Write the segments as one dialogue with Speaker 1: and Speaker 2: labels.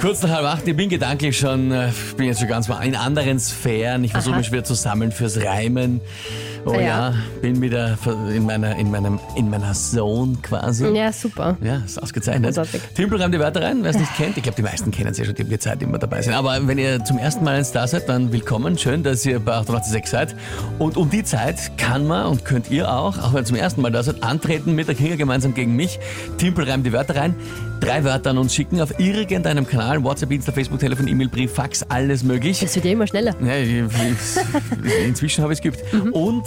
Speaker 1: Kurz nach halb acht, ich bin gedanklich schon, äh, bin jetzt schon ganz mal in anderen Sphären. Ich versuche
Speaker 2: Aha.
Speaker 1: mich wieder zu sammeln fürs Reimen. Oh
Speaker 2: Ah,
Speaker 1: ja.
Speaker 2: ja.
Speaker 1: bin wieder in meiner, in meinem, in meiner Zone quasi.
Speaker 2: Ja, super.
Speaker 1: Ja, ist ausgezeichnet.
Speaker 2: Großartig.
Speaker 1: Timpel reimt die Wörter rein, wer es nicht kennt. Ich glaube, die meisten kennen es ja schon, die haben die Zeit die immer dabei sind. Aber wenn ihr zum ersten Mal eins da seid, dann willkommen. Schön, dass ihr bei 886 seid. Und um die Zeit kann man und könnt ihr auch, auch wenn ihr zum ersten Mal da seid, antreten mit der Kinga gemeinsam gegen mich. Timpel reimt die Wörter rein. Drei Wörter an uns schicken auf irgendeinem Kanal. WhatsApp, Insta, Facebook, Telefon, E-Mail, Brief, Fax, alles möglich.
Speaker 2: Das wird ja immer schneller.
Speaker 1: Ja, ich- ich- inzwischen habe ich es geübt. Und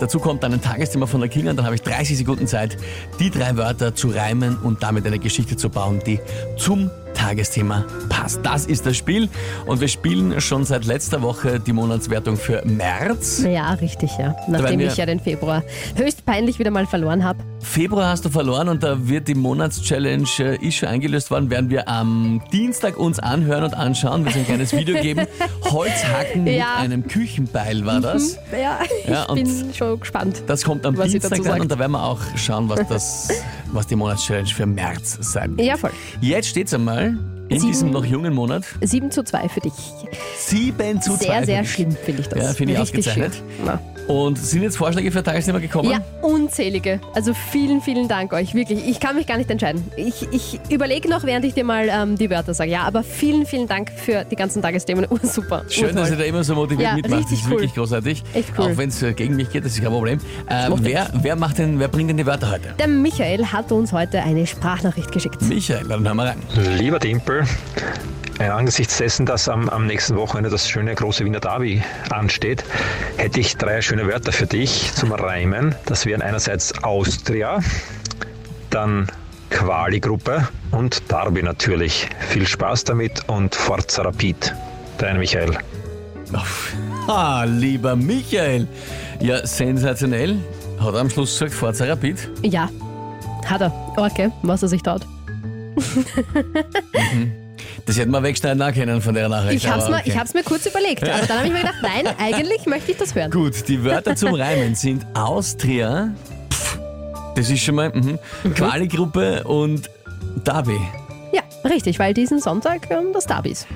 Speaker 1: dazu kommt dann ein Tagesthema von der Kinga und dann habe ich 30 Sekunden Zeit, die drei Wörter zu reimen und damit eine Geschichte zu bauen, die zum Tagesthema passt. Das ist das Spiel und wir spielen schon seit letzter Woche die Monatswertung für März.
Speaker 2: Ja, richtig, ja. Nachdem
Speaker 1: wir-
Speaker 2: ich ja den Februar höchst peinlich wieder mal verloren habe.
Speaker 1: Februar hast du verloren und da wird die Monatschallenge äh, ist schon eingelöst worden, werden wir am Dienstag uns anhören und anschauen, wir so ein kleines Video geben. Holzhacken
Speaker 2: Ja.
Speaker 1: mit einem Küchenbeil war das.
Speaker 2: Ja,
Speaker 1: Ja,
Speaker 2: ich
Speaker 1: und-
Speaker 2: bin schon gespannt.
Speaker 1: Das kommt am
Speaker 2: Was sie
Speaker 1: Dienstag
Speaker 2: dazu
Speaker 1: dann
Speaker 2: sagt.
Speaker 1: und da werden wir auch schauen, was, das, was die Monatschallenge für März sein wird.
Speaker 2: Ja, voll.
Speaker 1: Jetzt steht es einmal in diesem noch jungen Monat
Speaker 2: 7 zu 2 für dich.
Speaker 1: 7 zu 2.
Speaker 2: Sehr,
Speaker 1: für
Speaker 2: sehr
Speaker 1: dich.
Speaker 2: schlimm finde ich das.
Speaker 1: Ja, finde ich
Speaker 2: Richtig
Speaker 1: ausgezeichnet.
Speaker 2: schlimm. Ja.
Speaker 1: Und sind jetzt Vorschläge für Tagesthema gekommen?
Speaker 2: Ja, unzählige. Also vielen, vielen Dank euch. Wirklich, ich kann mich gar nicht entscheiden. Ich, ich überlege noch, während ich dir mal ähm, die Wörter sage. Ja, aber vielen, vielen Dank für die ganzen Tagesthemen. Oh, Ursuper.
Speaker 1: Schön, dass ihr da immer so motiviert
Speaker 2: Ja,
Speaker 1: mitmacht. Das
Speaker 2: richtig
Speaker 1: ist
Speaker 2: cool.
Speaker 1: wirklich großartig.
Speaker 2: Echt cool.
Speaker 1: Auch wenn es gegen mich geht, das ist kein Problem. Äh,
Speaker 2: macht
Speaker 1: wer, wer, macht denn, wer bringt denn die Wörter heute?
Speaker 2: Der Michael hat uns heute eine Sprachnachricht geschickt.
Speaker 1: Michael, dann hören wir rein.
Speaker 3: Lieber Timpel, äh, angesichts dessen, dass am, am nächsten Wochenende das schöne große Wiener Derby ansteht, hätte ich drei schöne Wörter für dich zum Reimen. Das wären einerseits Austria, dann Quali-Gruppe und Derby natürlich. Viel Spaß damit und Forza Rapid. Dein Michael.
Speaker 1: Ah, lieber Michael. Ja, sensationell. Hat am Schluss gesagt, Forza Rapid.
Speaker 2: Ja, hat er. Okay, was er sich traut.
Speaker 1: Das hätten wir wegschneiden können von der Nachricht.
Speaker 2: Ich hab's,
Speaker 1: aber
Speaker 2: mir,
Speaker 1: okay.
Speaker 2: ich hab's mir kurz überlegt, aber dann habe ich mir gedacht, nein, eigentlich möchte ich das hören.
Speaker 1: Gut, die Wörter zum Reimen sind Austria, pff, das ist schon mal, mhm, Quali-Gruppe und Derby.
Speaker 2: Ja, richtig, weil diesen Sonntag ähm, das Derby ist.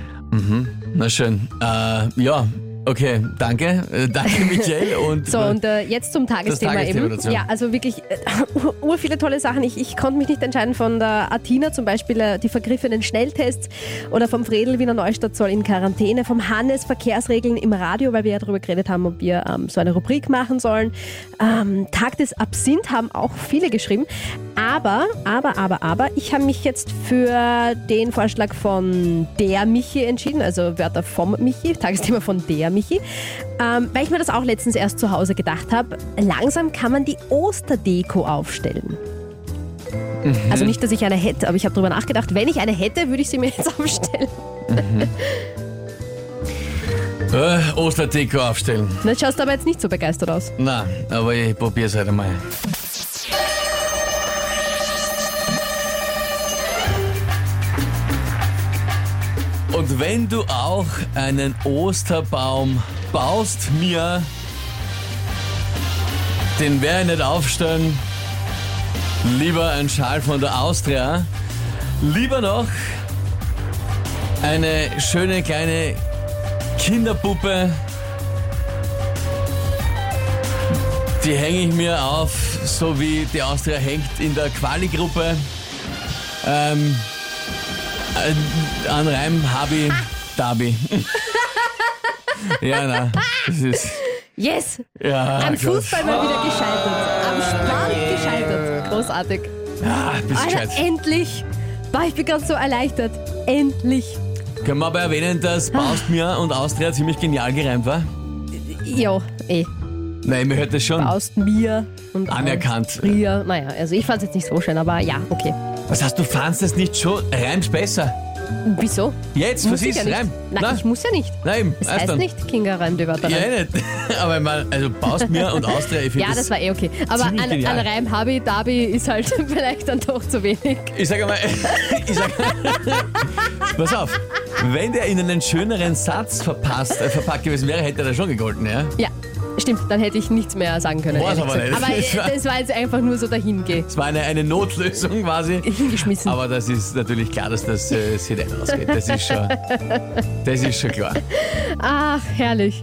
Speaker 1: Na schön. Äh, ja, okay, danke. Äh, danke, Michael. Und
Speaker 2: So, und äh, jetzt zum Tagesthema,
Speaker 1: Tagesthema
Speaker 2: eben.
Speaker 1: dazu.
Speaker 2: Ja, also wirklich äh, ur, ur viele tolle Sachen. Ich, ich konnte mich nicht entscheiden von der Athena zum Beispiel, äh, die vergriffenen Schnelltests oder vom Fredel Wiener Neustadt soll in Quarantäne, vom Hannes Verkehrsregeln im Radio, weil wir ja darüber geredet haben, ob wir ähm, so eine Rubrik machen sollen. Ähm, Tag des Absinth haben auch viele geschrieben. Aber, aber, aber, aber, ich habe mich jetzt für den Vorschlag von der Michi entschieden, also Wörter vom Michi, Tagesthema von der Michi, ähm, weil ich mir das auch letztens erst zu Hause gedacht habe. Langsam kann man die Osterdeko aufstellen. Also nicht, dass ich eine hätte, aber ich habe darüber nachgedacht, wenn ich eine hätte, würde ich sie mir jetzt aufstellen.
Speaker 1: äh, Osterdeko aufstellen.
Speaker 2: Das schaust du aber jetzt nicht so begeistert aus.
Speaker 1: Na, aber ich probier's halt einmal. Und wenn du auch einen Osterbaum baust mir, den werde ich nicht aufstellen. Lieber ein Schal von der Austria. Lieber noch eine schöne kleine Kinderpuppe. Die hänge ich mir auf, so wie die Austria hängt in der Quali-Gruppe. Ähm, äh, an Reim Habi Dabi. ja, na, das ist.
Speaker 2: Yes!
Speaker 1: Ja,
Speaker 2: Am
Speaker 1: Gott.
Speaker 2: Fußball mal wieder gescheitert. Am Strand gescheitert. Großartig.
Speaker 1: Ah, bist
Speaker 2: Alter,
Speaker 1: gescheit.
Speaker 2: endlich! Boah, ich bin gerade so erleichtert. Endlich!
Speaker 1: Können wir aber erwähnen, dass Baust mir und Austria ziemlich genial gereimt war?
Speaker 2: Ja, eh.
Speaker 1: Nein, mir hört das schon.
Speaker 2: Aus mir und
Speaker 1: Anerkannt.
Speaker 2: Aus mir. Naja, also ich fand es jetzt nicht so schön, aber ja, okay.
Speaker 1: Was heißt, du fandst es nicht schon? Reimst besser.
Speaker 2: Wieso?
Speaker 1: Jetzt,
Speaker 2: Muss
Speaker 1: was
Speaker 2: ich
Speaker 1: ist?
Speaker 2: ja nicht.
Speaker 1: Reim.
Speaker 2: Nein,
Speaker 1: Na?
Speaker 2: ich muss ja nicht.
Speaker 1: Na eben,
Speaker 2: Das
Speaker 1: alles
Speaker 2: heißt
Speaker 1: dann.
Speaker 2: nicht, Kinga reimt die Wörter
Speaker 1: Ja,
Speaker 2: rein.
Speaker 1: eh nicht. Aber ich mein, also Baust mir und Austria, ich finde
Speaker 2: Ja, das war eh okay. Aber an,
Speaker 1: ziemlich
Speaker 2: an
Speaker 1: genial.
Speaker 2: Reim Habi, Dabi ist halt vielleicht dann doch zu wenig.
Speaker 1: Ich sag einmal, ich sag, pass auf, wenn der in einen schöneren Satz verpasst, äh, verpackt gewesen wäre, hätte er da schon gegolten, ja?
Speaker 2: Ja, Stimmt, dann hätte ich nichts mehr sagen können.
Speaker 1: War's
Speaker 2: ehrlich
Speaker 1: aber
Speaker 2: gesagt.
Speaker 1: nicht.
Speaker 2: aber äh, das war jetzt einfach nur so dahinge.
Speaker 1: Es war eine, eine Notlösung quasi.
Speaker 2: Hingeschmissen.
Speaker 1: Aber das ist natürlich klar, dass das äh, Sedan ausgeht. Das ist schon, das ist schon klar.
Speaker 2: Ach, herrlich.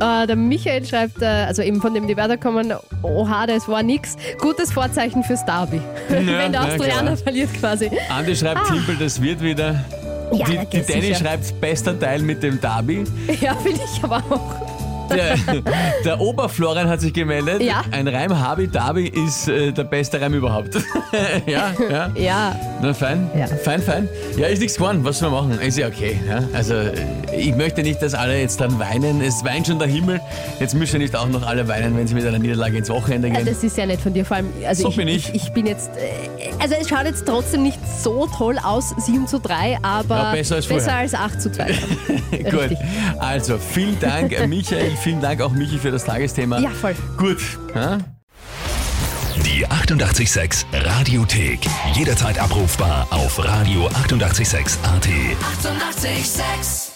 Speaker 2: Äh, der Michael schreibt, äh, also eben von dem die weiterkommen, oha, das war nix. Gutes Vorzeichen fürs Derby. Wenn der
Speaker 1: ja,
Speaker 2: Australianer
Speaker 1: klar.
Speaker 2: verliert quasi.
Speaker 1: Andi schreibt, Timpel, das wird wieder.
Speaker 2: Ah. Ja,
Speaker 1: die
Speaker 2: na,
Speaker 1: die
Speaker 2: geh
Speaker 1: Danny
Speaker 2: sicher.
Speaker 1: schreibt, bester Teil mit dem Derby.
Speaker 2: Ja, finde ich aber auch.
Speaker 1: Der, der Oberflorian hat sich gemeldet.
Speaker 2: Ja.
Speaker 1: Ein Reim Habi Dabi ist äh, der beste Reim überhaupt. ja, ja.
Speaker 2: Ja,
Speaker 1: Na fein,
Speaker 2: Ja.
Speaker 1: fein, fein. Ja, ist nichts geworden, was soll man machen? Ist ja okay. Ja? Also äh, ich möchte nicht, dass alle jetzt dann weinen. Es weint schon der Himmel. Jetzt müssen nicht auch noch alle weinen, wenn sie mit einer Niederlage ins Wochenende
Speaker 2: äh,
Speaker 1: gehen.
Speaker 2: das ist ja nett von dir. Vor allem, also
Speaker 1: So
Speaker 2: ich,
Speaker 1: bin ich.
Speaker 2: ich. bin jetzt, äh, also es schaut jetzt trotzdem nicht so toll aus, 7 zu 3, aber
Speaker 1: Ja, besser als vorher.
Speaker 2: 8 zu 2.
Speaker 1: Gut,
Speaker 2: richtig.
Speaker 1: also vielen Dank Michael, vielen Dank auch Michi für das Tagesthema.
Speaker 2: Ja, voll.
Speaker 1: Gut. Ja?
Speaker 4: Die 886 Radiothek. Jederzeit abrufbar auf radio886.at. 886!
Speaker 5: 886